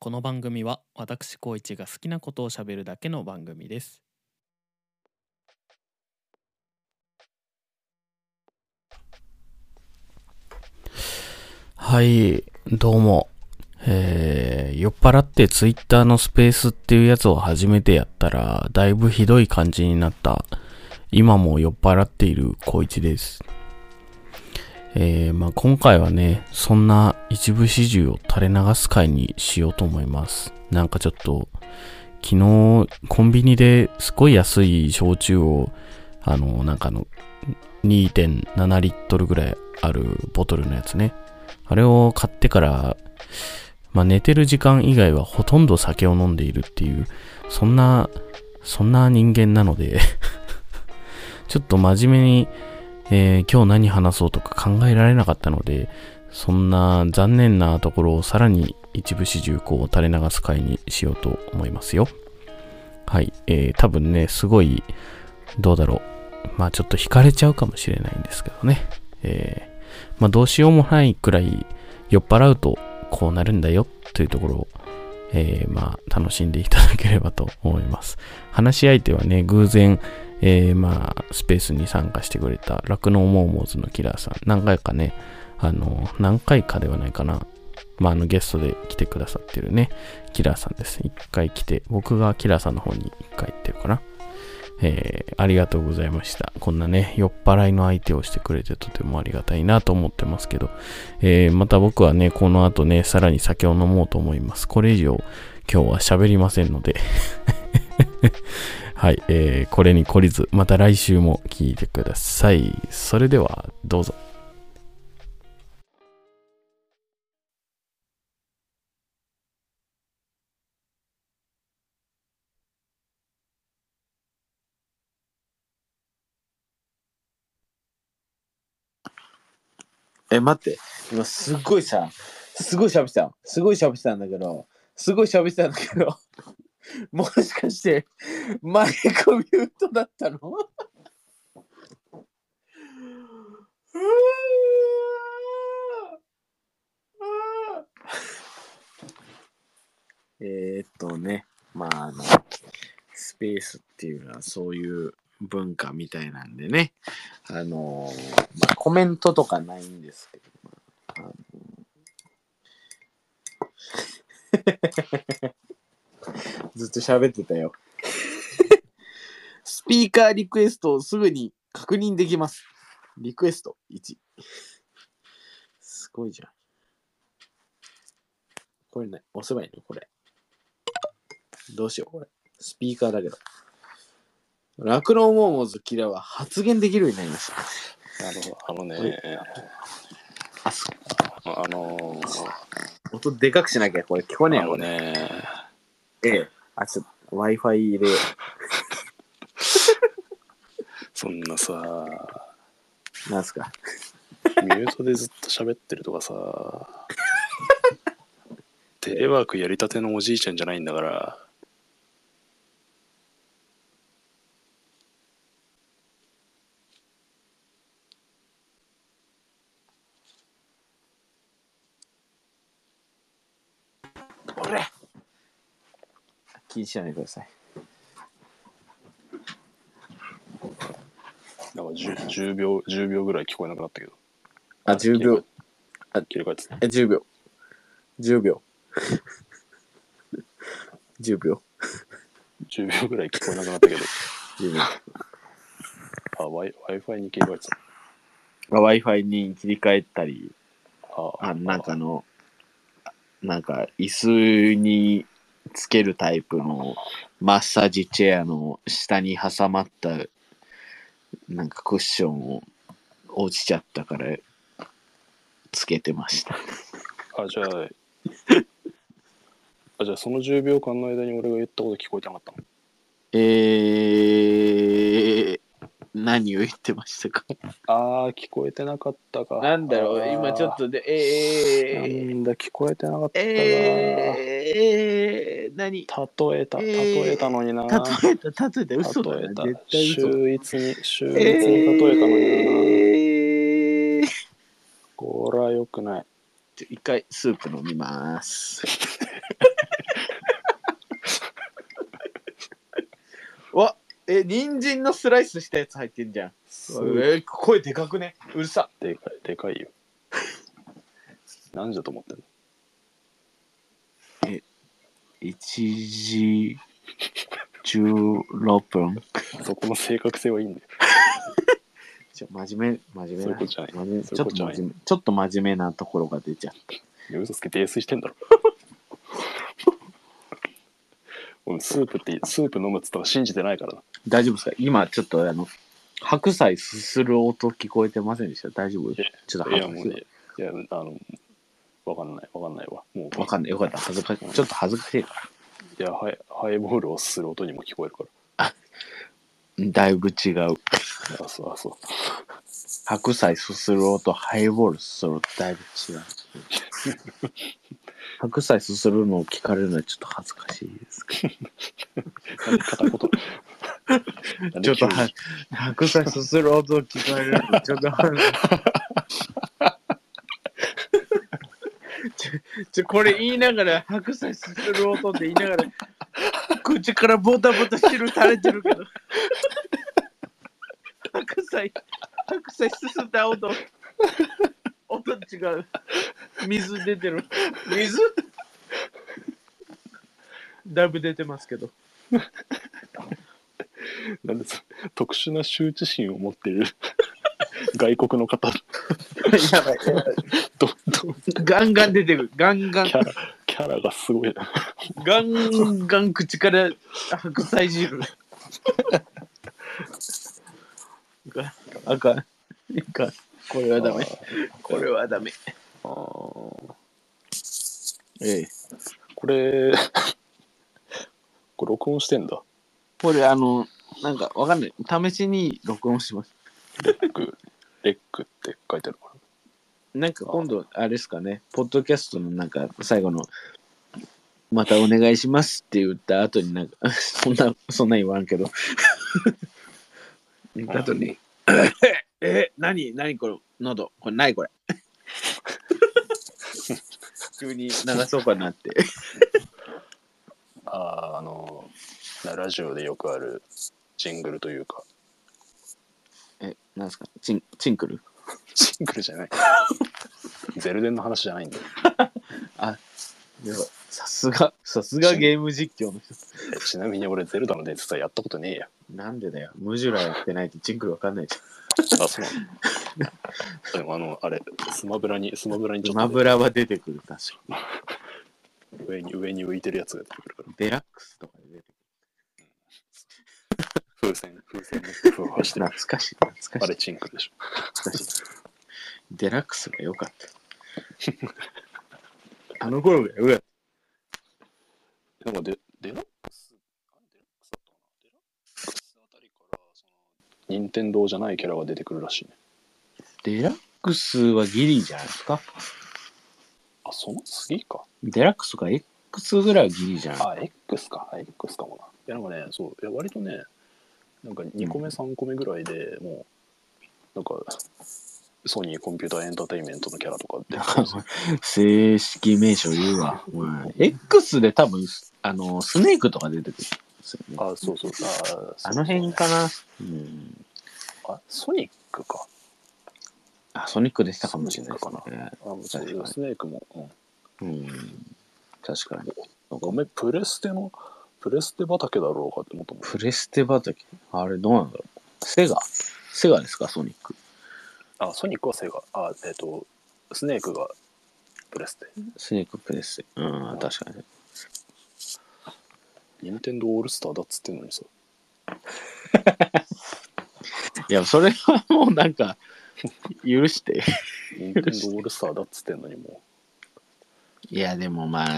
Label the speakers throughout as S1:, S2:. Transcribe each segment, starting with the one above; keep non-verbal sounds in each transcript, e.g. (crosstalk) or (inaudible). S1: この番組は私高一が好きなことをしゃべるだけの番組です
S2: はい、どうも。えー、酔っ払ってツイッターのスペースっていうやつを初めてやったら、だいぶひどい感じになった。今も酔っ払っている光一です。えー、まあ今回はね、そんな一部始終を垂れ流す回にしようと思います。なんかちょっと、昨日、コンビニですごい安い焼酎を、あの、なんかあの、2.7リットルぐらいあるボトルのやつね。あれを買ってから、まあ、寝てる時間以外はほとんど酒を飲んでいるっていう、そんな、そんな人間なので、 (laughs) ちょっと真面目に、えー今日何話そうとか考えられなかったので、そんな残念なところをさらに一部始終こう垂れ流す回にしようと思いますよ。はい、えー、多分ね、すごい、どうだろう。まあちょっと惹かれちゃうかもしれないんですけどね。えー、まあ、どうしようもないくらい酔っ払うとこうなるんだよというところを、えーまあ、楽しんでいただければと思います。 (laughs) 話し相手はね、偶然、えーまあ、スペースに参加してくれた酪農モーモーズのキラーさん、何回かね、あの、何回かではないかな。まあ、あの、ゲストで来てくださってるね、キラーさんです。一回来て、僕がキラーさんの方に一回行ってるかな。えーありがとうございました。こんなね、酔っ払いの相手をしてくれてとてもありがたいなと思ってますけど、えーまた僕はね、この後ね、さらに酒を飲もうと思います。これ以上、今日は喋りませんので。 (laughs) はい、えーこれに懲りず、また来週も聞いてください。それでは、どうぞ。
S3: え、待って。今すっごいさ、すごい喋ってたの。すごい喋ってたんだけど、すごい喋ってたんだけど、 (laughs) もしかして、マイクミュートだったのえーっとね、まあ、あの、スペースっていうのはそういう文化みたいなんでね、あのーまあ、コメントとかないんですけど、まああのーずっと喋ってたよ。 (laughs) スピーカーリクエストをすぐに確認できます。リクエスト1。すごいじゃん。これね、押せばいいのこれ。どうしよう、これ。スピーカーだけど。酪農モーモーズキラは発言できるようになりました。
S4: なるほど、あの
S3: はい
S4: ね、
S3: あ、そ
S4: あのー、
S3: 音でかくしなきゃ、これ聞こえねえ
S4: あ
S3: よ、
S4: の
S3: 俺。
S4: ね、
S3: ええ。あ、ちょっと、Wi-Fi 入れよ
S4: そんなさ、
S3: う。なんすか。
S4: ミュートでずっと喋ってるとか
S2: (laughs)
S4: さ、テレワークやりたてのおじいちゃんじゃないんだから、
S3: これ気にしないでください。
S4: なんか 10, 10秒、10秒ぐらい聞こえなくなったけど、
S3: あ、10秒。
S4: 切り替えてた。
S3: え、10秒。10秒。10秒。
S4: 10秒ぐらい聞こえなくなったけど、
S3: 10秒。あ、
S4: あ、Wi- Wi-Fi に切り替えてた。
S3: (laughs) Wi-Fi に切り替えたり、
S4: あ
S3: あ、なんかあの、なんか、椅子につけるタイプのマッサージチェアの下に挟まった、なんかクッションを落ちちゃったから、つけてました。
S4: あ、じゃあ、あ、じゃあその10秒間の間に俺が言ったこと聞こえてなかったの
S3: えー、何を言ってましたか
S4: あー、聞こえてなかったか。
S3: なんだろ
S4: あ
S3: う、
S4: ー
S3: 今ちょっ。とで、
S4: な
S3: えー、
S4: んだ、聞こえてなかったか。
S3: えー、何
S4: 例えた、
S3: えー
S4: 例えたのにな。例
S3: 例えた、例えた、嘘だ
S4: え
S3: な、
S4: た
S3: 絶。対嘘。
S4: 秀逸に、秀逸に
S3: え
S4: 例えたのにな。
S3: えー
S4: これは良くない。 (laughs)
S3: 一回スープ飲みます。え、人参のスライスしたやつ入ってんじゃん。
S4: す
S3: えー、声でかくねうるさ。
S4: でかい、でかいよ。何時だと思ってんの
S3: 1時16分。
S4: そこの正確性はいいんだよ。
S3: ちょ真面目、真面目な。
S4: そういうことじゃない
S3: 真面目
S4: そう
S3: ち
S4: い
S3: ょ
S4: う
S3: っ
S4: こ
S3: と
S4: とじゃ
S3: 真
S4: ない
S3: 面目。ちょっと真面目なところが出ちゃった。
S4: いや嘘つけ泥酔してんだろ。 (laughs) 俺、スープって、スープ飲むっつったら信じてないからな。
S3: 大丈夫ですか今、ちょっとあの、白菜すする音聞こえてませんでした大丈夫
S4: いや
S3: ちょっと
S4: いや、
S3: 白
S4: も
S3: 菜
S4: うね、いや、あの、わかんない、わかんないわ。もう、
S3: わかんない。よかった。恥ずかしい。ちょっと恥ずかしいから。
S4: いや、ハイハイボールをする音にも聞こえるか
S3: だいぶ違う。
S4: ら。あ、そう、あ、そう。
S3: 白菜すする音、ハイボールすする音、だいぶ違
S4: (laughs)
S3: う。白菜すするのを聞かれるのはちょっと恥ずかしいですけ
S4: なん
S3: (laughs)
S4: で片言なん
S3: ど。
S4: で
S3: ちょっと
S4: 急に
S3: は白菜すする音を聞かれるのちょっと (laughs) 恥ずかしい。ちょちょこれ言いながら白菜すする音って言いながら口からボタボタ汁垂れてるけど白菜白菜すすった音音違う水出てる水 (laughs) だいぶ出てますけど
S4: なんでそ特殊な羞恥心を持ってる (laughs) 外国の方
S3: やばいやばい
S4: どど
S3: ガンガン出てくるガンガン
S4: キャラキャラがすごいな
S3: ガンガン口から白菜汁 (laughs) あかんいかんこれはダメこれはダメ
S4: あーこ
S3: ええ
S4: れこれ録音してんだ
S3: これあのなんかわかんない試しに録音します
S4: レックレックって書いてあるか
S3: なんか今度、あれですかね、ポッドキャストのなんか最後の、またお願いしますって言った後になんか、 (laughs) そんな、そんな言わんけど。言った (laughs) 後に、 (laughs) え、何何これ、喉、これ、ないこれ。 (laughs) 急に流そうかなって。
S4: らあーあのラジオでよくあるジングルというか
S3: え、なんですか、チン、チンクル
S4: ジングルじゃ (laughs) ないゼルデンの話じゃないんだよ
S3: やばいさすが、さすがゲーム実況の人。
S4: えちなみに俺ゼルダの伝説はやったことねえや
S3: なんでだよ、ムジュラやってないとチンクルわかんないじ
S4: あそうなのでもあのあれスマブラにスマブラにち
S3: ゃん。
S4: ょ
S3: マ
S4: っと
S3: ブラは出てくる、確かに。
S4: 上に上に浮いてるやつが出てくるから
S3: デラックスとかで出てくる。
S4: 風船風船の風を (laughs) 走ってる
S3: 懐かしい、懐
S4: あ
S3: かし
S4: れ
S3: い、
S4: チンクルでしょ
S3: 懐かしい。デラックスが良か
S4: (laughs)
S3: った。あの頃が良かっ
S4: でもデデラックスあれデラックスだったかなデラックスあたりからその任天堂じゃないキャラが出てくるらしいね
S3: た。デラックスはギリじゃないですか
S4: あその次か
S3: デラックスとか X ぐらいはギリじゃない
S4: あ X かあ X かもないやなんかねそういや割とねなんか2個目3個目ぐらいでもうなんかソニーコンピューターエンターテインメントのキャラとか出
S3: (laughs)
S4: てくるんですよ
S3: 正式名称言うわ。うん、X で多分、あの、スネークとか出てくるんですよね、
S4: あそうそうあ
S3: あの辺か
S4: か
S3: な、うん。
S4: あソニックか
S3: あ、ソニックでしたかもしれないですね
S4: ソあそうそう
S3: 確かに
S4: スネークも、うん
S3: うん。確かに。
S4: なんかお前プレステのプレステ畑だろうかって思ったもん
S3: プレステ畑あれどうなんだろうセガセガですかソニック。
S4: あソニックはセガあえっ、とスネークがプレステ
S3: スネークプレステ。うん、確かに。
S4: 任天堂オールスターだっつってんのにさ
S3: いや、それはもうなんか、許して。
S4: 任天堂オールスターだっつってんのにも
S3: いや、でもまあ、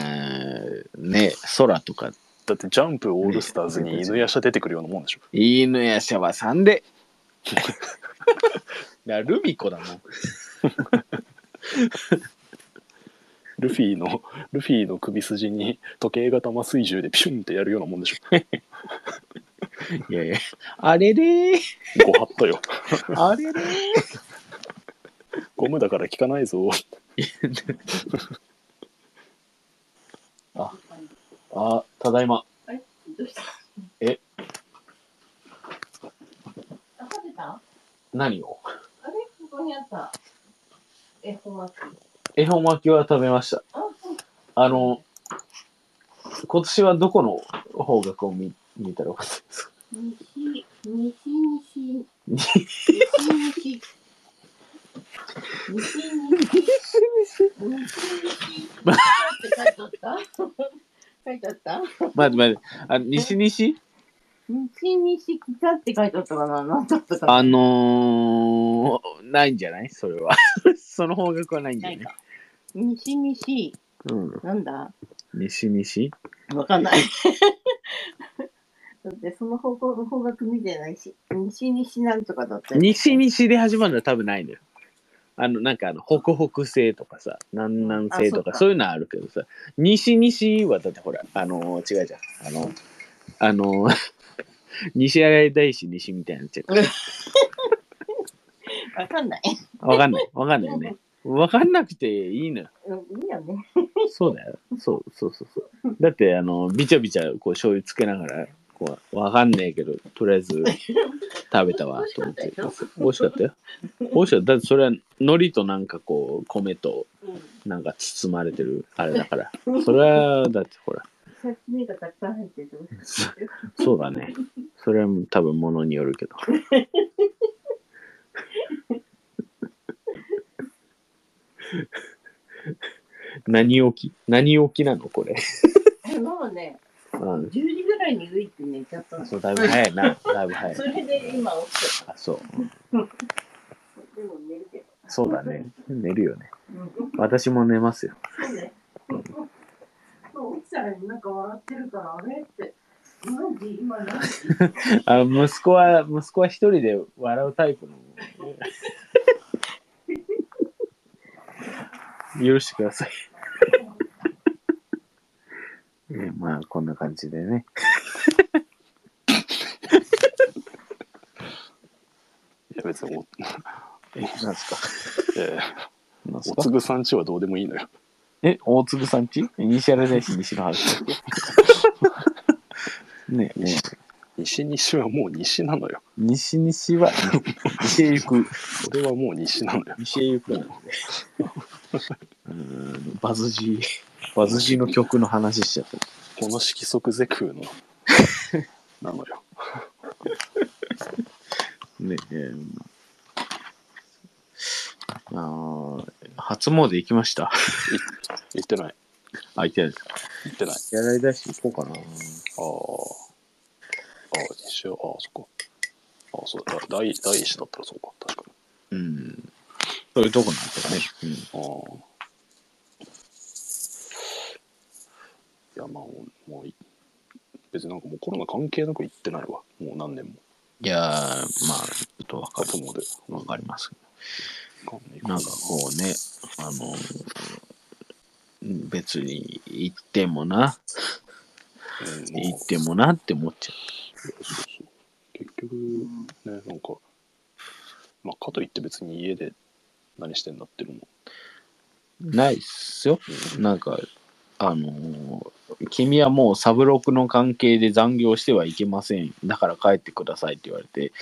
S3: ね、空とか、
S4: うだってジャンプオールスターズに犬やしゃ出てくるようなもんでしょ
S3: 犬やシャワさんで。いや、ルミ子だもん。
S4: ルフィのルフィの首筋に時計型麻酔銃でピュンってやるようなもんでしょ
S3: いやいや、あれれー、
S4: ごはったよ
S3: あれれー。
S4: ゴムだから効かないぞ
S3: あ、ただいま。え何を
S5: あれここにあった。え、ほんま。
S3: 恵方巻きは食べました。
S5: あ、そう。
S3: あの、今年はどこの方角を見見たら分かったんですか
S5: 西、西、西。西、西。西、西。西、西。って書いてあった。書いてあった。
S3: 待って待って、あ西西
S5: 西、西、北って書いてあったかな。なんだったかな。
S3: あのー、ないんじゃないそれは。 (laughs) その方角はないんじゃ
S5: な
S3: ないい
S5: か。西、西。
S3: うん。
S5: なんだ。
S3: 西西
S5: わかんない。 (laughs) だってその方向の方角見てないし、西西なんとかだったよ。
S3: 西西で始まるのは多分ないんだよ。あの、なんかあの、北北西とかさ、南南西と
S5: あそっ
S3: か、
S5: か
S3: そういうのはあるけどさ、西西はだってほら、あのー、違うじゃん。あの、あのー、 (laughs) 西新井大師西みたいになっちゃうから。
S5: わかんない。
S3: わかんない。わかんないよね。わかんなくていいのよ。
S5: うんいいよね。
S3: そうだよ。そうそうそうそう。だって、あの、びちゃびちゃ、こう、醤油つけながら、こう、わかんねえけど、とりあえず食べたわ、と思って。美味しかったよ。美味しかった。だって、それは、海苔となんかこう、米と、なんか包まれてる、あれだから。それは、だってほら、
S5: 刺身がたくさん入ってて美味しかったよ。
S3: そうだね。それは多分、ものによるけど。何置き何置きなのこれ。
S5: 今はね、
S3: うん
S5: 10時ぐらいにういって寝ちゃったの。
S3: そう、だいぶ早いな。だいぶ早い
S5: そ。れで今起きて
S3: あ、そう。
S5: た。でも寝るけど。
S3: そうだね。寝るよね。
S5: うん
S3: 私も寝ますよ。
S5: そうね。そう起きたらなんか笑ってるから、あれって。何時今何時
S3: あ、息子は、息子は一人で笑うタイプの。許してください。えまあ、こんな感じでね。
S4: いや別にお,
S3: え、なんすか。
S4: え
S3: なん
S4: ー、
S3: す
S4: お
S3: か
S4: つぐさんちはどうでもいいのよ。
S3: え、大粒さんちイニシャル大師西の原さん。 (laughs) ねえ、ねえ
S4: 西西はもう西なのよ。
S3: 西西 (laughs) は、西へ行く。
S4: それはもう西なのよ。
S3: 西へ行くなんで。うーん、バズジー、バズジーの曲の話しちゃった。
S4: この色即是空のなのよ。
S3: ねえーあー初詣行きました。
S4: 言ってない。
S3: あ、行ってない。
S4: 言ってない。
S3: やらいだし行こうかな。
S4: ああ。ああ、西は、ああ、そっか。ああ、そうだ。だ第第一だったらそうか。確か
S3: うん。そういうとこなんですよね。うん
S4: に。ああ。いや、まあ、もう、もうい別になんかもうコロナ関係なく行ってないわ。もう何年も。
S3: いやー、まあ、ちょっとわか
S4: 初詣。
S3: る。わかります。
S4: わかんない
S3: なんかこうね、あの、うん別に行ってもな、
S4: うん
S3: 行ってもなって思っちゃ
S4: そうそう結局ねなんかまあかといって別に家で何してんだっていうのも
S3: う。ないっすよ。なんか、あのー君はもうサブロクの関係で残業してはいけません。だから帰ってくださいって言われて、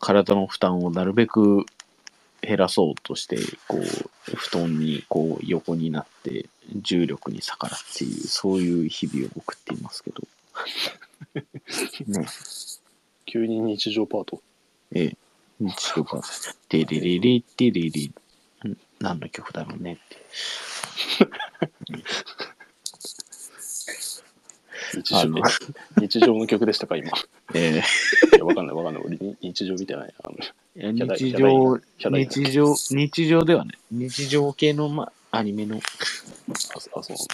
S3: 体の負担をなるべく減らそうとして、こう、布団にこう横になって、重力に逆らうっていう、そういう日々を送っていますけど。ね、
S4: 急に日常パート
S3: ええ、日常が、てれれれ、てれれ、ん何の曲だろうねって。
S4: 日
S3: あ
S4: 常
S3: の
S4: 日常の曲でしたか今い
S3: ええ
S4: やわかんないわかんない俺に日常見てないあの
S3: いや
S4: ヒャダ
S3: 日常、
S4: ヒャダイン
S3: 日常、日常ではない。日常系の、まあ、アニメの、
S4: あそうあそう
S3: そ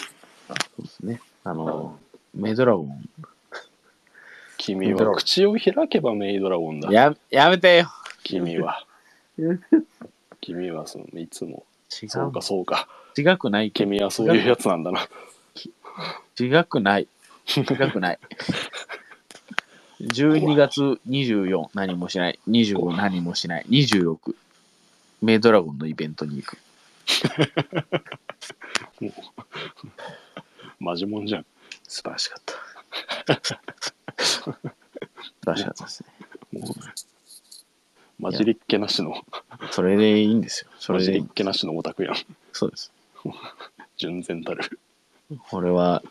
S3: うですね。あの、メイドラゴン。
S4: 君は口を開けばメイドラゴンだ
S3: や、やめてよ (laughs)
S4: 君は君はそのいつも
S3: 違
S4: そう
S3: う
S4: か。そうか
S3: 違くないけ
S4: 君はそういうやつなん
S3: (laughs)
S4: だな
S3: 違くない。違く (laughs) ない。12月24、何もしない。25、何もしない。26、メイドラゴンのイベントに行く。
S4: マジモンじゃん
S3: 素晴らしかった。素晴らしかったですね。
S4: もう混じりっけなしの、
S3: それでいいんですよ。そ
S4: 混
S3: れ
S4: じ
S3: でい
S4: り
S3: い
S4: っ。けなしのオタクやん。
S3: そうです。
S4: 純然たる。
S3: 俺は、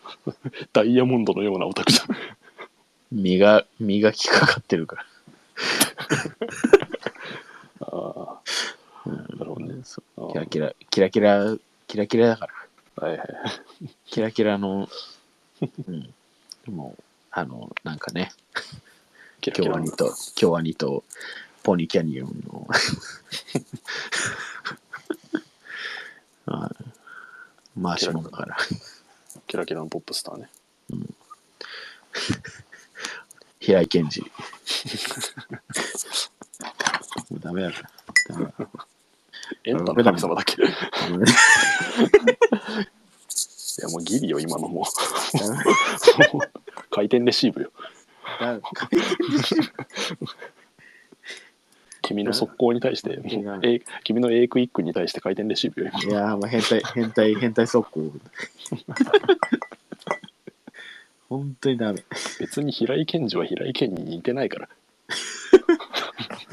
S4: ダイヤモンドのようなオタクじゃん。
S3: 身が、身が利かかってるから。
S4: ああ。なるほどね。
S3: そう
S4: あー
S3: キラキラ、キラキラ、キラキラだから。
S4: はいはい。
S3: キラキラ (laughs) の、うん。もう、あの、なんかね、
S4: キラキ
S3: 京
S4: ラ
S3: アニと、京アニと、ポニーキャニオン (laughs) の。はい回し物だから。
S4: キラキラのポップスターね。
S3: 平井健二。もうダメだから。ダメだ
S4: エンタの神様だっけ。い
S3: ダメだ
S4: やもうギリよ、今
S3: (laughs)
S4: のもう。もう回転レシーブよ。
S3: だ
S4: 君の速攻に対して、
S3: 違う
S4: え君の A クイックに対して回転レシーブよ、今。
S3: いやー、まあ、変態、変態、変態速 (laughs) 攻。本当にダメ。
S4: 別に平井健二は平井健に似てないから。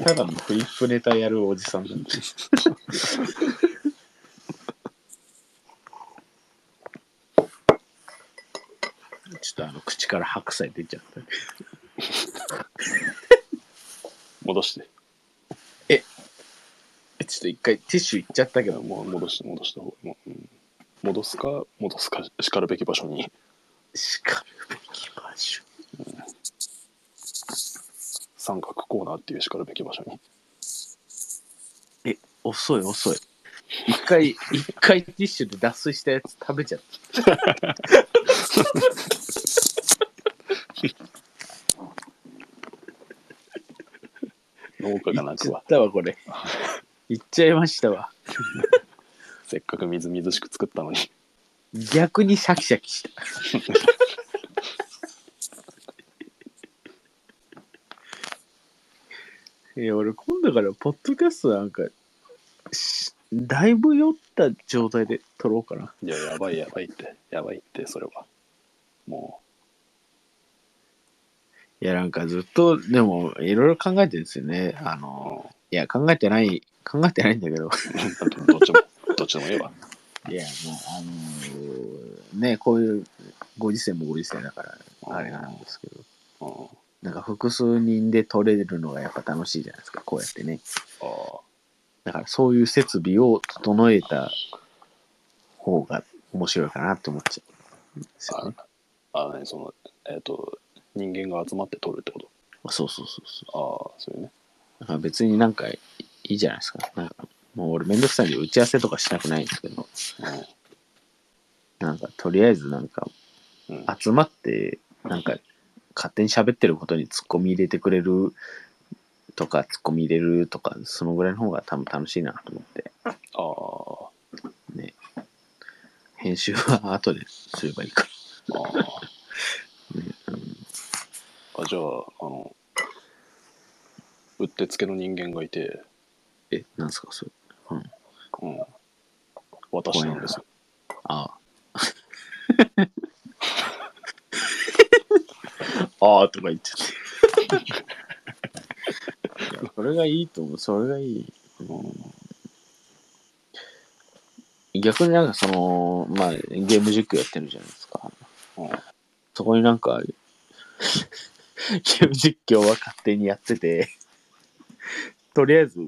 S3: ただのフリップネタやるおじさん (laughs) なんで。ちょっとあの口から白菜出ちゃった。
S4: 戻して。
S3: えちょっと一回ティッシュいっちゃったけど、
S4: もう戻して、戻した方が。もううん戻すか、戻すか、しかるべき場所に。
S3: しかるべき場所。
S4: 三角コーナーっていうしかるべき場所に。
S3: 遅い遅い。一回、一回ティッシュで脱水したやつ食べちゃった。
S4: 農家が
S3: いっ
S4: 泣
S3: ち
S4: く
S3: ゃっ
S4: わ。
S3: たわ、こ (laughs) れ。いっちゃいましたわ。
S4: せっかくみずみずしく作ったのに。
S3: 逆にシャキシャキした。 (laughs) いや、俺今度からポッドキャストなんか、しだいぶ酔った状態で撮ろうかな。
S4: いや、やばいやばいって、やばいって、それは。も
S3: いや、なんかずっと、でも、いろいろ考えてるんですよね。あ
S4: う、
S3: の、
S4: う
S3: いや、考えてない、考えてないんだけど。
S4: ん、どっちも、どっちでもええわ。
S3: (laughs) いや、まあ、あのーね、こういうご時世もご時世だから、あれなんですけど。
S4: うん、あ
S3: なんか複数人で撮れるのがやっぱ楽しいじゃないですか、こうやってね。
S4: あ、
S3: だからそういう設備を整えた方が面白いかなって思っちゃうんですよね。
S4: あのね、その、えっ、と、人間が集まって撮るってこ
S3: そうそうそうそ
S4: と。ああ、そういうね。
S3: う。だから別になんかいいじゃないですか。なんかもう俺めんどくさいんで打ち合わせとかしなくないんですけど、なんかとりあえずなんか
S4: うん、うん、
S3: 集まってなんか勝手に喋ってることにツッコミ入れてくれるとかツッコミ入れるとかそのぐらいの方が多分楽しいなと思って
S4: ああ、
S3: 編集は後ですればいいか
S4: あ
S3: ら、ねうん
S4: あ、あじゃあ、あの、うってつけの人間がいて、
S3: えなんすかそれ
S4: うん、私なんですよ。
S3: あ (laughs) あああとか言っちゃっていやそれがいいと思うそれがいい、うん、逆になんかそのまあゲーム実況やってるじゃないですか
S4: うん、
S3: そこになんかゲーム実況は勝手にやっててとりあえず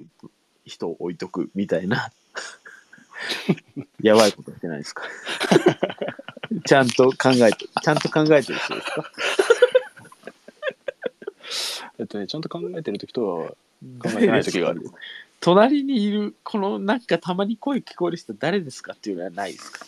S3: 人を置いとくみたいなやばいことしてないですかちゃんと考えて、ちゃんと考えてる人ですか
S4: えっとね、ちゃんと考えてるときとは、考えてない時が
S3: (laughs)
S4: ある。
S3: 隣にいる、このなんかたまに声聞こえる人誰ですかっていうのはないですか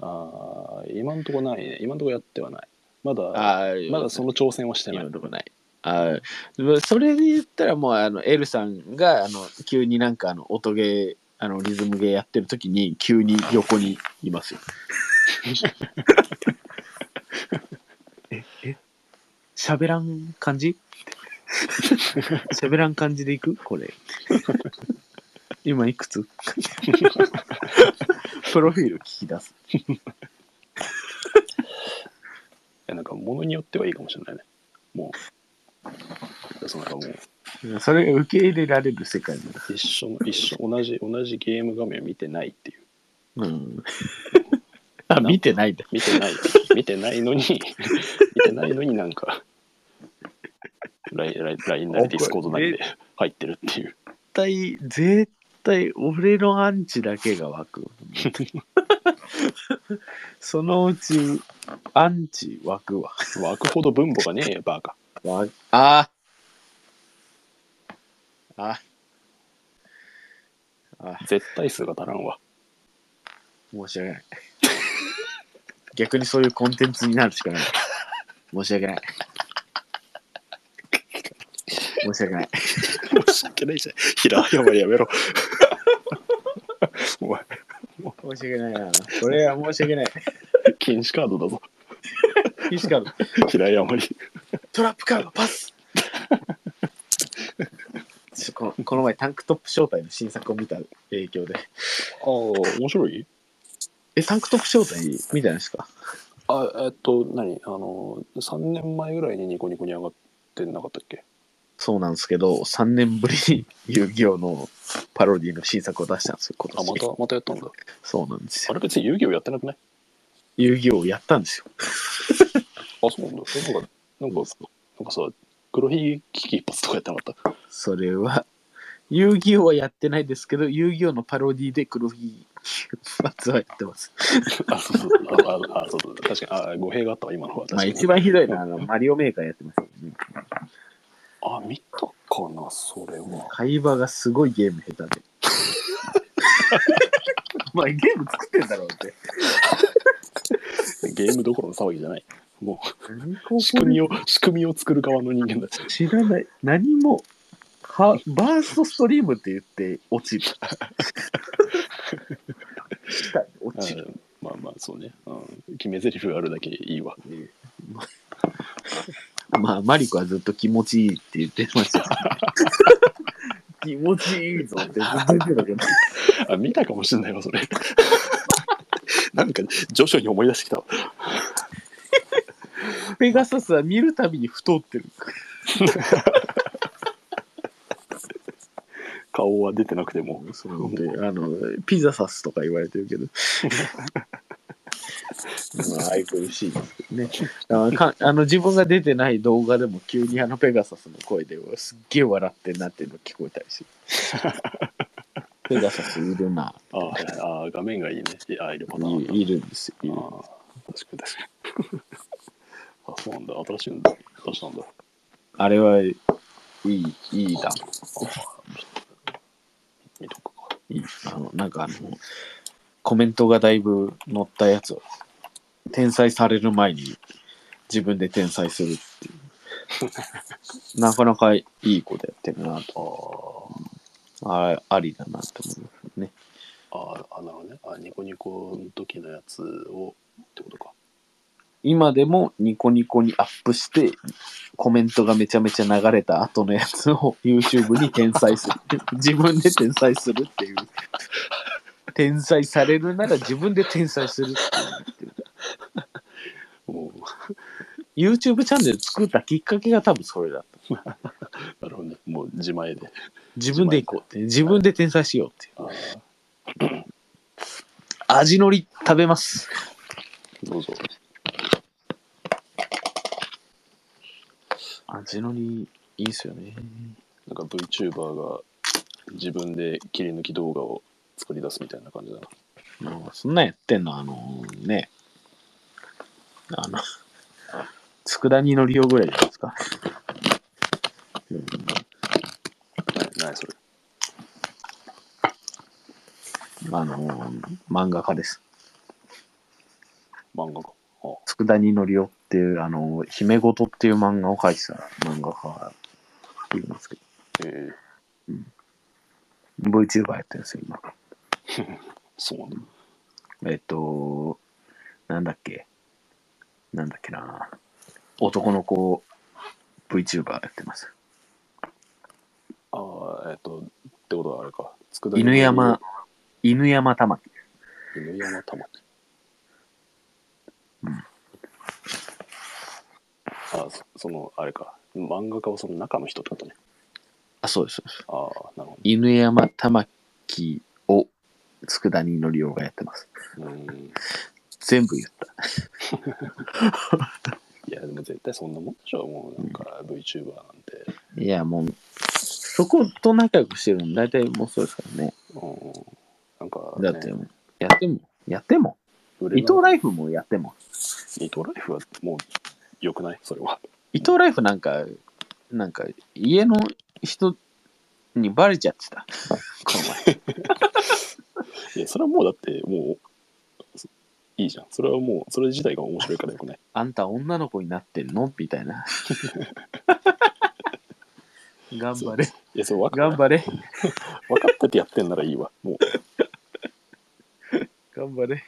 S4: ああ、今んとこないね。今んとこやってはない。まだ、
S3: ああ、
S4: まだその挑戦はしてない
S3: 今。のとこない。ああ、それで言ったらもう、あの、エルさんが、あの、急になんかあの、音ゲー、あの、リズムゲーやってる時に、急に横にいますよ。 (laughs) え、え、喋らん感じ (laughs) 喋らん感じでいくこれ。今いく (laughs) つプロフィール聞き出す。
S4: いやなんか物によってはいいかもしれないね。もかそのなんかもう
S3: それが受け入れられる世界だ。
S4: 一緒の一緒同じ同じゲーム画面見てないっていう
S3: うん。あ、見てないんだ。
S4: 見てない見てない (laughs) のに見てないのになんか LINE なりディスコードなりで入ってるっていう
S3: 絶対、絶対、俺のアンチだけが湧 (laughs) く。そのうち、アンチ湧くわ。
S4: 湧くほど分母がねえよバカ
S3: わあああ
S4: 絶対数が足らんわ
S3: 申し訳ない。逆にそういうコンテンツになるしかない。申し訳 (laughs) ない。申し訳ない。
S4: 申し訳ないじゃん平謝りや (laughs) めろお前
S3: 申し訳ないな。これは申し訳ない。
S4: 禁止カードだぞ
S3: 岸カード。
S4: 平謝り
S3: トラップカードパス (laughs) ちょここの前タンクトップ招待の新作を見た影響で
S4: ああ面白い
S3: えタンクトップ招待みたいなんですか
S4: あえっと何あの3年前ぐらいにニコニコに上がってなかったっけ
S3: そうなんですけど3年ぶりに遊戯王のパロディの新作を出したんですよ今
S4: あ
S3: 年
S4: またまたやったんだ
S3: そうなんです
S4: あ
S3: よ
S4: れ別に遊戯王やってなくない
S3: 遊戯王をやったんですよ
S4: あそうなんだえなんかなんかなんかさ黒ひげ危機一発とかやってなかった
S3: それは遊戯王はやってないですけど遊戯王のパロディで黒ひげ発はやってます
S4: (laughs) あそうそうあああそうそう確かにあ語弊があったわ今のは確
S3: まあ
S4: かに、
S3: 一番ひどいのはあのマリオメーカーやってますよね
S4: あ見たかなそれは
S3: 会話がすごいゲーム下 (laughs) 手で。まあゲーム作ってんだろうって。
S4: ゲームどころの騒ぎじゃない (laughs) も
S3: 何
S4: う仕組み
S3: を
S4: を仕組みを作る側の人間 (laughs) だ
S3: 知らない。何も。はバーストストリームって言って落ちる。下に落ちる。
S4: うんまあまあそうね、うん、決め台詞があるだけいいわ
S3: まあマリコはずっと気持ちいいって言ってましたけど。 (laughs) 気持ちいい (laughs) ぞって全然言ってたけど。
S4: あ見たかもしれないわそれ (laughs) なんか徐々に思い出してきたわ
S3: ペガサスは見るたびに太ってる。
S4: 顔は出てなくても
S3: そうで、あの、ピザサスとか言われてるけ
S4: (laughs)
S3: ど。まあ、愛くるしいですけどね。あのかあの自分が出てない動画でも急にあのペガサスの声でうわすっげえ笑ってんなっていうの聞こえたり
S4: (laughs)
S3: して。ペガサスいるな。
S4: ああはいああ画面がいいねああいるパター (laughs) ンある
S3: いいるんですよ。いる
S4: ああ確かに確かにあそうなんだ新しいんだ新しいんだ
S3: あれはいい、いいだ。
S4: 見とくか
S3: いいあのなんかあの、コメントがだいぶ載ったやつを、転載される前に自分で転載するっていう。なかなかいいことやってるなと。あありだなと思いますね。
S4: あああなるほどねあニコニコの時のやつをってことか
S3: 今でもニコニコにアップして、コメントがめちゃめちゃ流れた後のやつを YouTube に転載する。自分で転載するっていう。転載されるなら自分で転載するっていう。
S4: おー
S3: YouTube チャンネル作ったきっかけが多分それだった。
S4: なるほどねもう自前で
S3: 自分で行こうって。自分で転載しようっていう。
S4: ああ
S3: 味のり食べます。
S4: どうぞ
S3: 味のりいいっすよね。
S4: なんか VTuber が自分で切り抜き動画を作り出すみたいな感じだな
S3: もうそんなんやってんのあのね。あの、佃煮のり用ぐらいじゃないですか。うん
S4: な何それ
S3: あの、漫画家です。
S4: 漫画かああ
S3: 佃煮のりおっていう、あの、姫ごとっていう漫画を描いてた漫画家がいるんですけど。
S4: ええ
S3: VTuber やってるんですよ、今。
S4: そうなんだ
S3: えっと、なんだっけ、なんだっけな、男の子 VTuber やってます。
S4: ああえっ、とってことはあれか佃煮の
S3: 犬山、犬山玉木。
S4: 犬山玉木
S3: うん
S4: あそそのあれか漫画家はその中の人ってことね。
S3: あ、そうです。そうです
S4: ああ、なるほ
S3: 犬山玉木を佃煮のりおがやってます。
S4: ど。うん。
S3: 全部言った。
S4: いや、でも絶対そんなもんでしょ。もうなんか VTuber なんて。
S3: いや、もう、そこと仲良くしてるの、大体もうそうですからね。
S4: うん。なんか、
S3: だ
S4: ね、
S3: ってもう、やっても、やっても、
S4: 売
S3: 伊
S4: れない
S3: 藤ライフもやっても。
S4: 伊藤ライフはもう良くないそれは。
S3: 伊藤ライフなんか、なんか、家の人にバレちゃってた。この前。
S4: いや、それはもうだって、もう、そいいじゃん。それはもう、それ自体が面白いからよくない。
S3: あんた女の子になってるのみたい (laughs) な。頑張れ、
S4: いや、それ分か
S3: 頑張れ、
S4: 分かっててやってんならいいわ。もう、
S3: 頑張れ。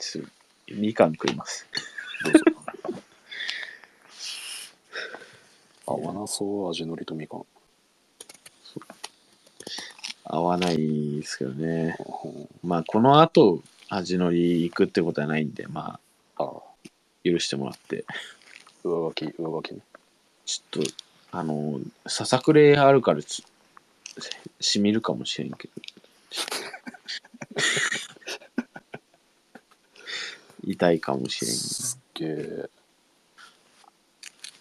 S3: ちょっと、みかん食います。
S4: 合わなそう、味のりとみかん。
S3: 合わないですけどね。
S4: うん
S3: まあ、この後、味のり行くってことはないんで、ま
S4: ああ、
S3: あ、許してもらって。
S4: 上書き、上書きね。
S3: ちょっと、あの、ささくれあるからち、しみるかもしれん
S4: (laughs)
S3: けど。痛いかもしれん。
S4: すっげえ。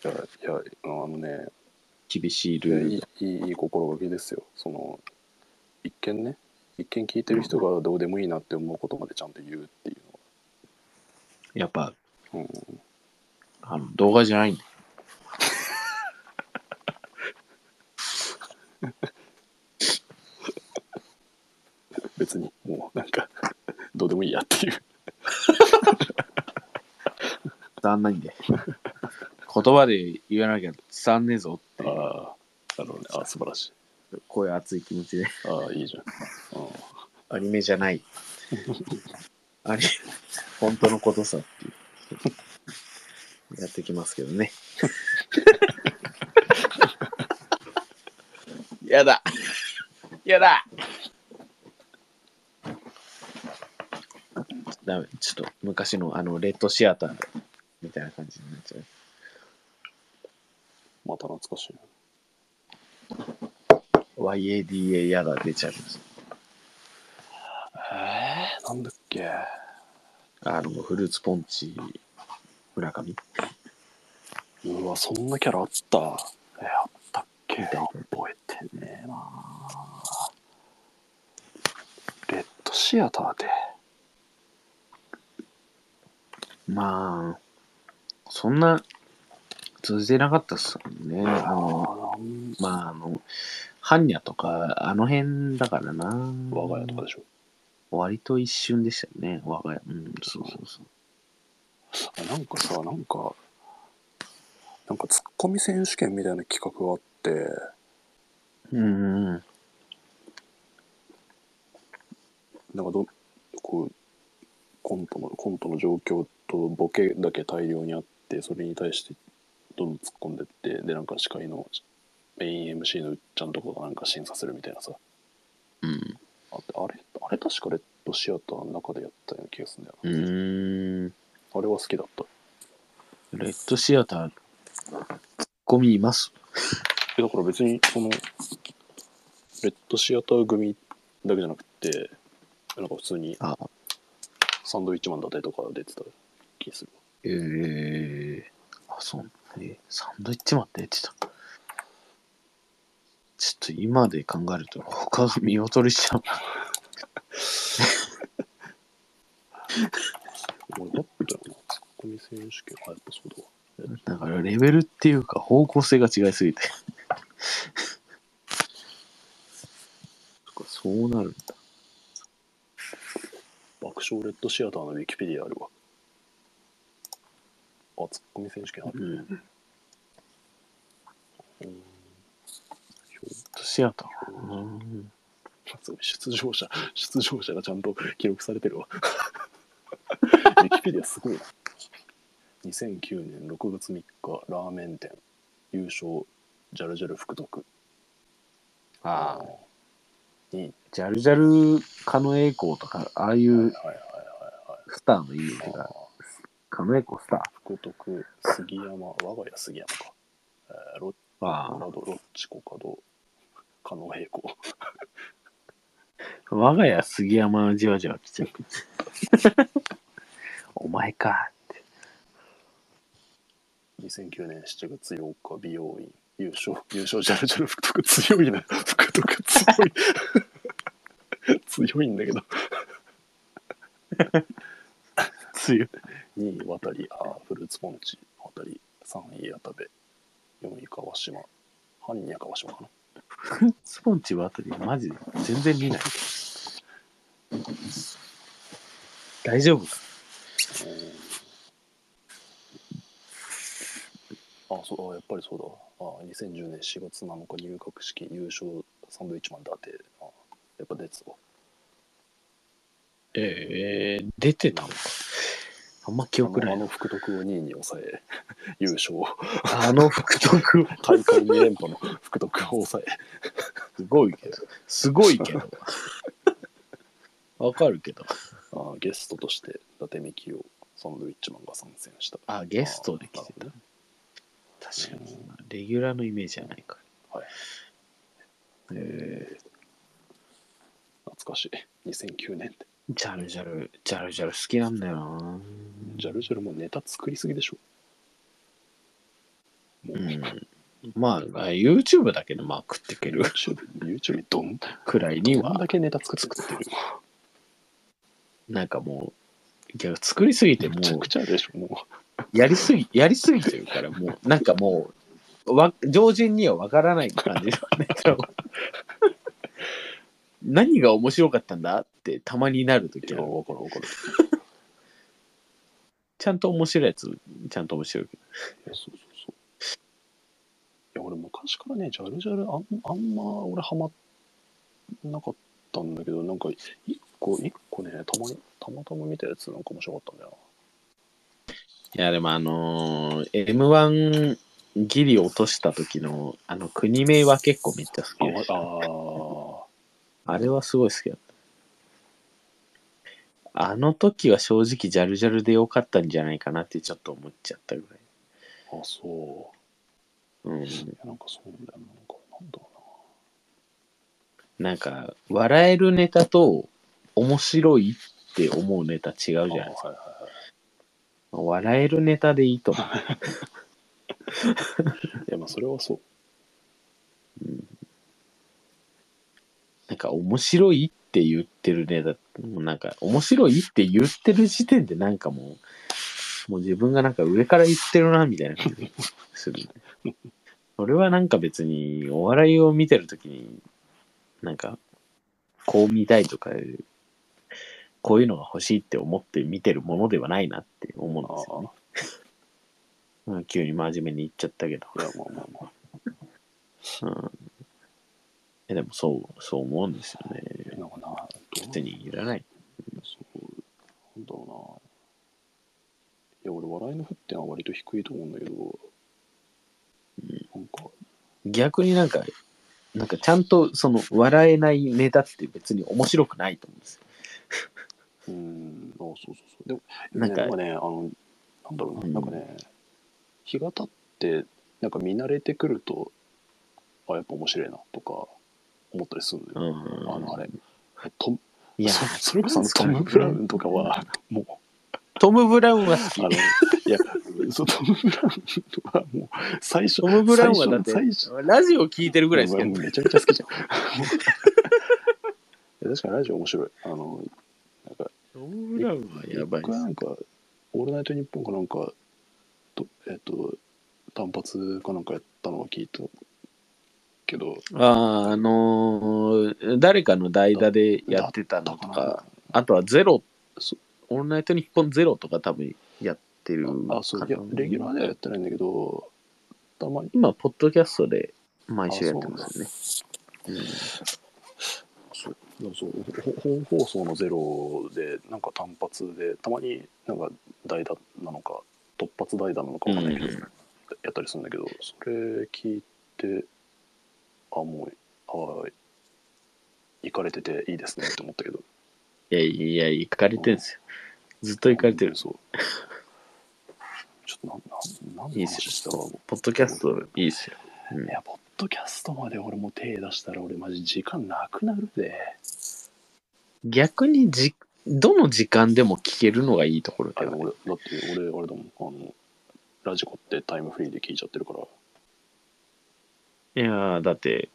S4: いや、いや、あのね、
S3: 厳しい
S4: いやい
S3: ルー
S4: いいいいい心がけですよ。その、一見ね、一見聞いてる人がどうでもいいなって思うことまでちゃんと言うっていう
S3: ル。やっぱ、
S4: のは。
S3: あの動画じゃないんだ。
S4: うん、別に、もうなんか、 (laughs) どうでもいいやっていう。
S3: 伝わんない
S4: (laughs)
S3: んで。言葉で言わなきゃ伝わんねえぞって、
S4: ああ、なるほどね。あ素晴らしい。
S3: こういう熱い気持ちで。
S4: ああ、いいじゃん。あ
S3: アニメじゃない。アニメ、本当のことさっていう。やってきますけどね。 (laughs) やだやだダメ、ちょっと昔のあの、レッドシアターみたいな感じになっちゃう。
S4: また懐かしいな。
S3: YADA やだ出ちゃいます。
S4: えー、なんだっけ。
S3: あの、フルーツポンチ、村上み
S4: うわ、そんなキャラあった。えあったっけ覚えてねえな。レッドシアターで。
S3: まあ、そんな通じてなかったっすもんね。あの、
S4: なん
S3: まあ、あの、般若とか、あの辺だからな。
S4: 我が家とかでしょ。
S3: 割と一瞬でしたよね、我が家。うん、そうそうそう。
S4: あなんかさ、なんか、なんかツッコミ選手権みたいな企画があって、
S3: うん、うん。
S4: なんかど、こう、コントの、コントの状況とボケだけ大量にあって、それに対してどんどん突っ込んでって、で、なんか司会のメイン MC のうっちゃんとかがなんか審査するみたいなさ。
S3: うん。
S4: ああれ、あれ確かレッドシアターの中でやったような気がするんだよ
S3: うーん。
S4: な。あれは好きだった。
S3: レッドシアター、ツッコミいます。
S4: えだから別に、その、レッドシアター組だけじゃなくて、なんか普通に
S3: あ、
S4: サンドウィッチマンだったりとか出てた気がする。
S3: ええあ、そう。え、サンドイッチマンって言ってた。ちょっと今で考えると、他が見劣りしちゃう。
S4: 俺だったよな。ツッコミ選手権。あ、やっぱそうだわ。
S3: だからレベルっていうか方向性が違いすぎ (laughs) て。そっかそうなるんだ。
S4: 爆笑レッドシアターのウィキペディアあるわ。あ、ツッコミ選手権ある。
S3: うん。
S4: うん
S3: シアター。うん。
S4: すごい出場者、出場者がちゃんと記録されてるわ。ウィキペディアすごいな。2009年6月3日、ラーメン店、優勝、ジャルジャル福徳。
S3: ああ。
S4: いい。
S3: ジャルジャル、狩野英孝とか、ああいう
S4: はいはいはい
S3: スターのイメージが亀子スター。
S4: 福徳、杉山、我が家杉山か。えー、ロッ
S3: わ
S4: ラド、ロッチコカド、加納平子。
S3: あ、我が家杉山はじわじわ来ちゃう。 (laughs) お前か。
S4: 2009年7月8日、美容院。優勝、優勝ジャルジャル福徳強いな。 (laughs) 福徳強い。強いんだけど。
S3: 強い。
S4: 2位、渡り、あーフルーツポンチ、渡り。3位、矢田部。4位、川島。犯人は川島かな。
S3: スポンチは後でマジで全然見ない。大丈夫か
S4: あ、そう、あやっぱりそうだ。あ、2010年4月7日入学式優勝サンドウィッチマン伊達。あ、やっぱ出てたわ。
S3: ええ出てたのか。あんま記憶
S4: あ
S3: な
S4: のあ
S3: いな。
S4: の福徳を2位に抑え、 (laughs) 優勝。
S3: あの福徳は
S4: 大会2連覇の福徳を抑え。
S3: すごいけど。すごいけど。わかるけど。
S4: あゲストとして伊達美希をサンドウィッチマンが参戦した。
S3: あ、ゲストで来てた。
S4: あ
S3: 確かに。レギュラーのイメージじゃないか。
S4: はい。
S3: え
S4: 懐かしい。2009年って。
S3: ー、ジャルジャル、ジャルジャル好きなんだよな。
S4: ジャルジャルもネタ作りすぎでしょ。もう、
S3: うん。まあ、YouTube だけど、まあ、食っていける
S4: YouTube、YouTube にどんだ
S3: くらいには、
S4: けネタ作って作ってる。
S3: なんかもう、いや作りすぎても
S4: めちゃ
S3: う
S4: くちゃでしょ。も
S3: やりすぎ、やりすぎてるから、もう、なんかもう、わ常人にはわからない感じだね。その何が面白かったんだってたまになると
S4: う。い
S3: き
S4: や、
S3: は、
S4: わかるわかる。
S3: ちゃんと面白いやつ、ちゃんと面白いけ
S4: いやそうそうそう。いや、俺昔からね、ジャルジャルあんあんま俺ハマんなかったんだけど、なんか一個、一個ね、たまに、たまたま見たやつなんか面白かったんだよ
S3: ど。いや、でもあのー、M1 ギリ落とした時の、あの、国名は結構めっちゃ好き
S4: な
S3: で。した。
S4: ああ
S3: あれはすごい好きだった。あの時は正直ジャルジャルでよかったんじゃないかなってちょっと思っちゃったぐ
S4: ー、あ、そう。
S3: らい。うん。
S4: いや、なんかそうなんだよな。なんか、なんだろ
S3: なんか、笑えるネタと、面白いって思うネタ違うじゃ
S4: うな。
S3: ないですか。
S4: あはいはいは
S3: 笑えるネタでいいと思う。
S4: い。いや、まあそれはそう。
S3: なんか、面白いって言ってるネタ、もうなんか、面白いって言ってる時点でなんかもう、もう自分がなんか上から言ってるな、みたいな感じする。それはなんか別に、お笑いを見てるときに、なんか、こう見たいとか、こういうのが欲しいって思って見てるものではないなって思うん
S4: あ
S3: ですよね。
S4: あ
S3: うん、急に真面目に言っちゃったけど。
S4: ー、いや、まあまあまあ。
S3: (laughs) うん、えでもそう、そう思うんですよね。
S4: いやなんかな、どうなん
S3: 別にいらない。
S4: そう、なんだろうな。いや、俺、笑いの沸点は割と低いと思うんだけど、なんか、
S3: 逆になんか、なんかちゃんとその笑えないネタって別に面白くないと思うんですよ。
S4: うーん、あ、そうそうそう。でも、
S3: なんか
S4: ねね、あの、なんだろうな、
S3: うん
S4: なんかね、日が経って、なんか見慣れてくると、あ、やっぱ面白いな、とか、思ったりするのよ。
S3: うん
S4: あの、あれ、ト
S3: い
S4: ム
S3: や
S4: そ、それこそあの
S3: そ
S4: ト
S3: う
S4: ム・ブラウンとかは、もう、
S3: トム・ブラウンは好 (laughs)
S4: あ
S3: き
S4: の、。いや、そう、トム・ブラウンはもう、最初、
S3: トム・ブラウンはだって
S4: 最初、最初
S3: ラジオ聞いてるぐらい好き
S4: もうめちゃめちゃ好きじゃん。 (laughs) いや確かにラジオ面白い。あの、なんか、
S3: トム・ブラウンはやばい
S4: 一回なんか、オールナイトニッポンかなんか、とえっ、と、単発かなんかやったのは聞いたけど、
S3: ああ、あのー誰かの代打でやってたのとか
S4: だか、
S3: あとはゼロ
S4: そ、
S3: オールナイトニッポンゼロとか多分やってる
S4: らあ、そう、いや、レギュラーではやってないんだけど、たまに、
S3: 今、ポッドキャストで毎週やってますよね。
S4: そうでもそうほ本放送の「ゼロでなんか単発でたまになんか代打なのか突発代打なのかわかんないけど、
S3: うんうん
S4: やったりするんだけどそれ聞いてあもうはい行かれてていいですねって思ったけど
S3: いやいや、行かれてるんですよ。ずっと行かれてる。
S4: そうなな何
S3: いい
S4: の
S3: っす
S4: 話したか
S3: よ。ポッドキャストいいっすよ。
S4: いや、ポッドキャストまで俺も手出したら俺マジ時間なくなるで。
S3: 逆にじ、どの時間でも聞けるのがいいところ
S4: あ
S3: だ
S4: れ
S3: よね。
S4: 俺、だって俺、あれだもん、あの、ラジコってタイムフリーで聞いちゃってるから、
S3: いやーだって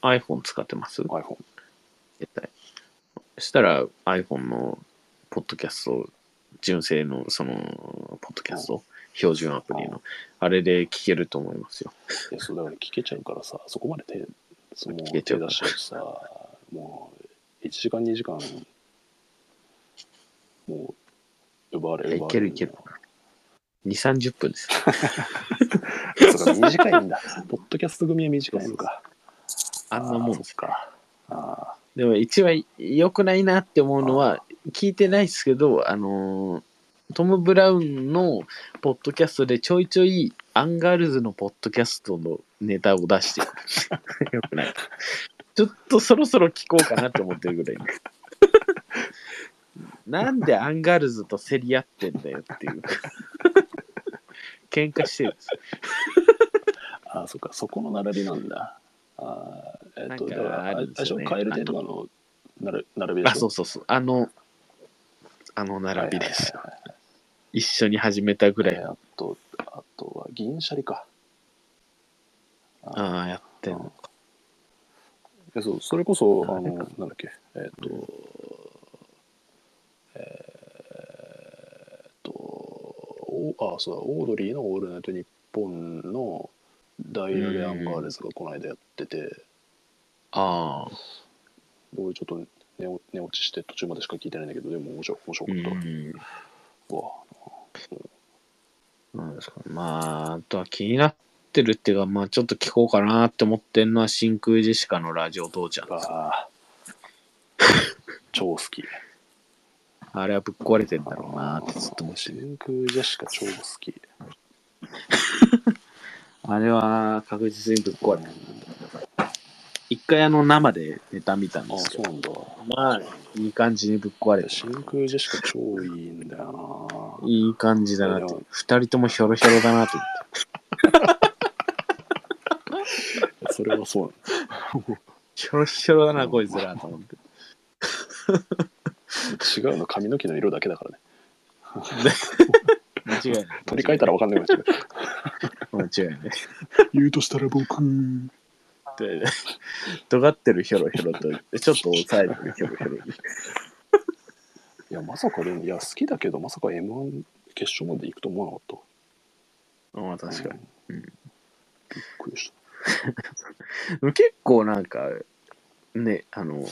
S3: iPhone 使ってます
S4: iPhone。
S3: 絶対。したら iPhone のポッドキャスト、純正のその、ポッドキャスト、標準アプリ
S4: う
S3: の、あれで聞けると思いますよ。
S4: いや、そうだから聞けちゃうからさ、そこまで手、その
S3: 聞け
S4: 手出し
S3: ちゃうから
S4: ちゃうとさ、もう、1時間、2時間、もう、奪わ
S3: い
S4: れ
S3: や
S4: る。
S3: いけるいける。2、30分です。
S4: そうか、短いんだ。 (laughs) ポッドキャスト組は短いのか。
S3: あんなもんですか。
S4: あ
S3: でも一番良くないなって思うのは、聞いてないですけど、あのートム・ブラウンのポッドキャストでちょいちょいアンガールズのポッドキャストのネタを出して (laughs) くる。よくない。ちょっとそろそろ聞こうかなって思ってる (laughs) ぐらいです。なんでアンガールズと競り合ってんだよっていう。喧嘩してるんです。
S4: あ、ああ、そっか、そこの並びなんだ。ああ、えっ、
S3: な
S4: と、だ
S3: ん
S4: か、
S3: からあ
S4: あ
S3: る
S4: れ
S3: んで
S4: 最
S3: すよ
S4: 初、
S3: ね
S4: カエルテとかのなる並びでしょ
S3: あ、そうそうそう。あの、あの並びです。
S4: はいはいはい
S3: 一緒に始めたぐらい
S4: えーあと、あとは銀シャリか。
S3: ああ、やってん
S4: う
S3: の
S4: んえそうそれこそ、あ
S3: あ
S4: の、
S3: れ
S4: なん
S3: か
S4: だっけ、えーっと、えーっと、おあ、そうだ、オードリーのオールナイトニッポンのダイヤルアンガールズがこの間やってて、
S3: ああ、
S4: 僕ちょっと寝落寝落ちして途中までしか聞いてないんだけど、でも面白面白
S3: う
S4: かった。
S3: ん。
S4: わ
S3: なんですかまあ、あとは気になってるっていうか、まあちょっと聞こうかなって思ってんのは真空ジェシカのラジオ父ちゃんです。
S4: あー (laughs) 超好き。
S3: あれはぶっ壊れてんだろうなってずっと思うし。
S4: 真空ジェシカ超好き。
S3: あれは確実にぶっ壊れてる。一回あの生でネタ見たん
S4: あ、
S3: ですけ
S4: そう
S3: ど、
S4: なんだ。
S3: まあいい感じにぶっ壊れてる。
S4: 真空ジェシカ超いいんだよない
S3: い感じだなっ
S4: い
S3: て
S4: や。
S3: 二人ともひょろひょろだなと思って。
S4: それはそう
S3: ひょろひょろだな、こいつらと思って。
S4: なの違うの髪の毛の色だけだか
S3: (laughs)
S4: らね
S3: 間違いない。
S4: 取り替えたら分かんなくなっちゃ
S3: 間違いない。
S4: う言うとしたら僕
S3: って、 (laughs) 尖ってるヒョロヒョロと、ちょっと抑えてるヒョロヒョロに。
S4: いやまさかでもいや好きだけどまさか m 1決勝まで行くと思わなかっ
S3: まあ
S4: た
S3: 確か
S4: うん
S3: うん
S4: びっくりし
S3: に。結構なんか、ね、あの、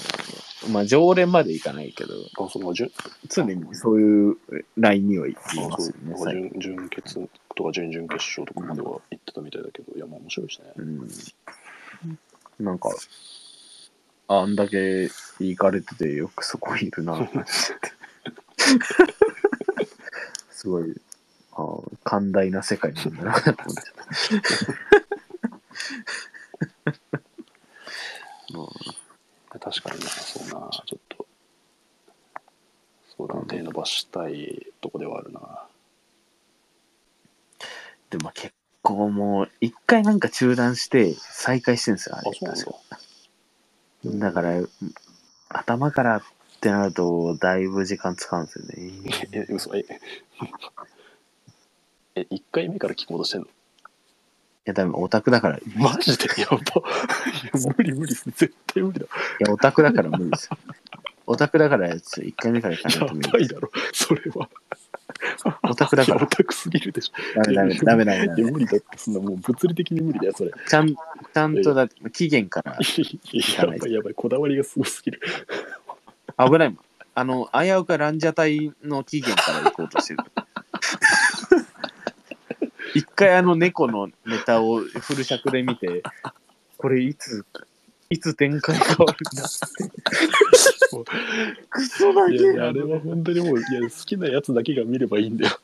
S3: まあ常連までいかないけど、
S4: たあその準
S3: 常にそういうラインにはいま
S4: あ
S3: す
S4: そ
S3: よね、
S4: う準準決とか準々決勝とかまでは行ってたみたいだけどいやまあ面白いしね
S3: うん。なんか、あんだけ行かれててよくそこいるな、すごい、あ寛大な世界なんだな、と思っちゃった。
S4: 確かになそうなちょっとそうだな手伸ばしたいとこではあるな
S3: でも結構もう、一回なんか中断して再開してるんですよ、あ
S4: あ
S3: れ。
S4: そうなん
S3: 確かだ
S4: だ
S3: から、頭からってなると、だいぶ時間使うんです (laughs) よね。
S4: え、嘘、え、 (laughs) え、1回目から聞こう
S3: (laughs)
S4: としてんの
S3: いや、多分オタクだから、い
S4: マジで (laughs) やば。いや無理無理、絶対無理だ。
S3: や、オタクだから無理ですよ。オタクだから、1回目から行かないと無
S4: や
S3: 理
S4: ば
S3: で
S4: い
S3: す。
S4: だろ、それは。
S3: (laughs) オタクだか
S4: オ
S3: ら、
S4: タクすぎるでし (laughs) ょ。
S3: ダメダメ、ダメダメダ
S4: いや、
S3: メ。
S4: 無理だって、そんなもう物理的に無理だよ、それ。
S3: ちゃん、ちゃんとだ、期限
S4: (laughs)
S3: から、
S4: やばいやばい、こだわりがすごすぎる。
S3: 危ないもん。あの、危うかランジャタイの期限から行こうと
S4: (laughs)
S3: してる。一回あの猫のネタをフル尺で見て、これいつ、いつ展開変わるんだ
S4: (laughs)
S3: って。クソだ
S4: いやいや、あ
S3: け
S4: れ
S3: や。
S4: は本当にもう、いや、好きなやつだけが見ればいいんだよ。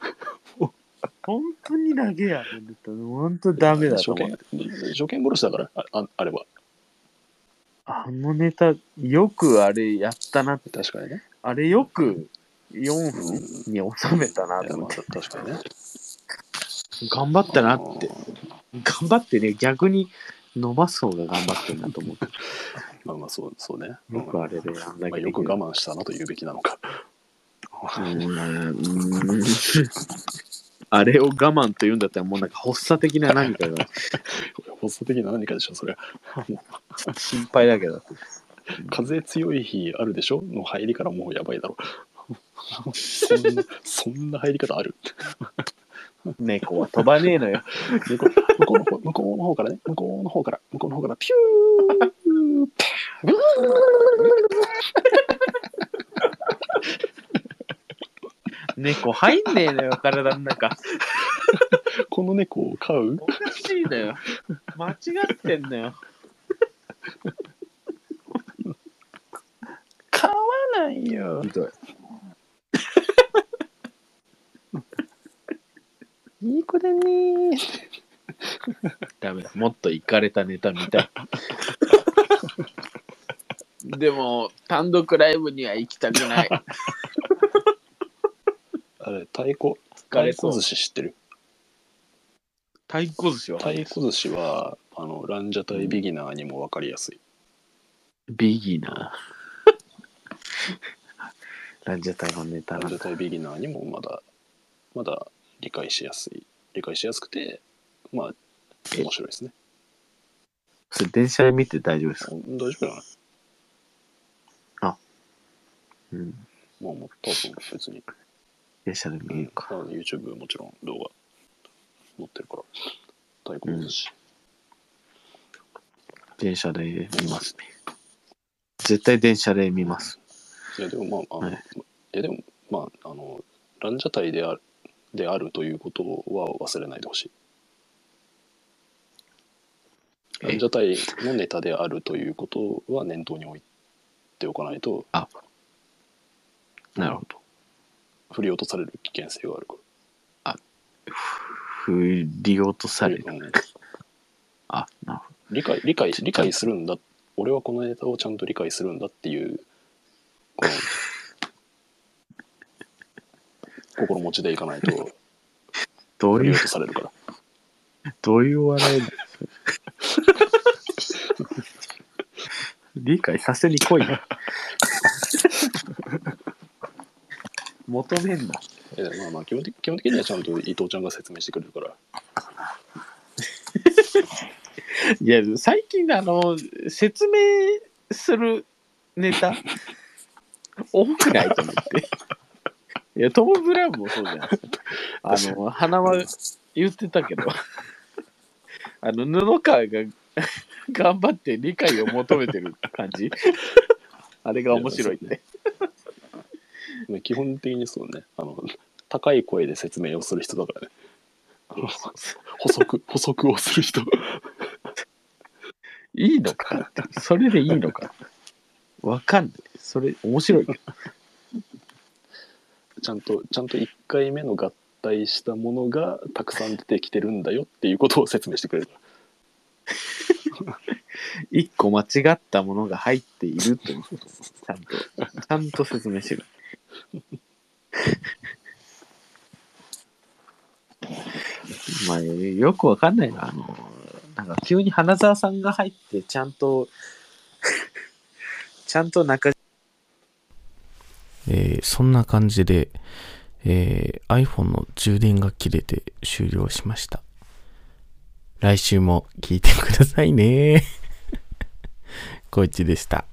S3: 本当に投げや。本当ダメだと
S4: 初
S3: 思う
S4: 見。、初見殺しだから、あああれは。
S3: あのネタ、よくあれやったなって。
S4: 確かにね。
S3: あれよく4分に収めたな
S4: あ
S3: と思って。
S4: 確かにね。
S3: 頑張ったなって。頑張ってね、逆に伸ばす方が頑張ってるな (laughs) と思って。
S4: まあまあそうそうね。
S3: よくあれであんだ
S4: ま
S3: けで
S4: あ、
S3: きる
S4: よく我慢したなと言うべきなのか。 (laughs)
S3: うんあれを我慢と言うんだったら、もうなんか発作的な何かが
S4: 発作的な何かでしょ、それ。
S3: 心配だけど。
S4: 風強い日あるでしょの入りからもうやばいだろ。そんな (laughs) そんな入り方ある
S3: 猫は飛ばねえ (laughs) のよ。
S4: 向こう向こうの方向こうの方からね、向こうの方から、向こうの方から、ピューパー
S3: 猫入んねえのよ、体の中。
S4: この猫を飼
S3: (laughs)
S4: う
S3: おかしいのよ。間違ってんのよ。
S4: 飼わないよ。
S3: ひどい。
S4: いい子だね
S3: ダメだ。もっといかれたネタ見たい。 (laughs) でも、単独ライブには行きたくない。
S4: あれ、太鼓、
S3: 疲
S4: 太
S3: れそう
S4: 鼓寿司知ってる
S3: 太鼓寿司は
S4: 太鼓寿司は、あの、ランジャタイビギナーにも分かりやすい。
S3: ビギナー。ラ (laughs) ンジャタイのネタ
S4: ラ
S3: な
S4: ン
S3: ん
S4: ジャ
S3: だ。
S4: タイビギナーにもまだ、まだ理解しやすい。理解しやすくて、まあ、面白いですね。
S3: それ電車で見て大丈夫ですか、
S4: うん大丈夫だな。
S3: うん、
S4: まあ、もう多分別に。
S3: 電車で見る
S4: あ
S3: か。
S4: の YouTube もちろん動画載ってるから。太鼓の寿司。
S3: 電車で見ますね。絶対電車で見ます。
S4: いや、でもまあ、あの、
S3: はい
S4: い、や、でもまあ、あの、ランジャタイである、であるということは忘れないでほしい。
S3: え
S4: ランジャタイのネタであるということは念頭に置いておかないと、
S3: なるほど。
S4: 振り落とされる危険性があるか
S3: 振り落とさ
S4: ら。
S3: れる。
S4: うん
S3: あ、なるほど。
S4: 理解、理解、理解するんだ。俺はこのネタをちゃんと理解するんだっていう、こ
S3: (laughs)
S4: の、心持ちでいかないと、
S3: ど
S4: 振
S3: う
S4: り
S3: いう
S4: 落とされるから。
S3: どういう笑い理解させに来いよ。求めんな。
S4: えまあまあ基本的、基本的にはちゃんと伊藤ちゃんが説明してくれるから。
S3: いや、最近、あの、説明するネ (laughs) タ、多くないと思って。いや、トム・ブラウンもそうじゃないですか。あの、花輪言ってたけ (laughs) ど、あの、布川が頑張って理解を求めてる感じ。あれが面白いね。
S4: ね基本的にそうねあの高い声で説明をする人だからねあの補足補足をする人
S3: いいのかって。それでいいのか。わかんない。それ、面白いけど。
S4: ちゃんとちゃんと1回目の合体したものがたくさん出てきてるんだよっていうことを説明してくれる
S3: 一個間違ったものが入っているってことちゃんと、ちゃんと説明してる。まあ、よくわかんないな。あの、なんか急に花澤さんが入って、ちゃんと、 (laughs) ちゃんと中
S2: えーそんな感じで、えー iPhone の充電が切れて終了しました。 (laughs) 来週も聞いてくださいね。こいちでした。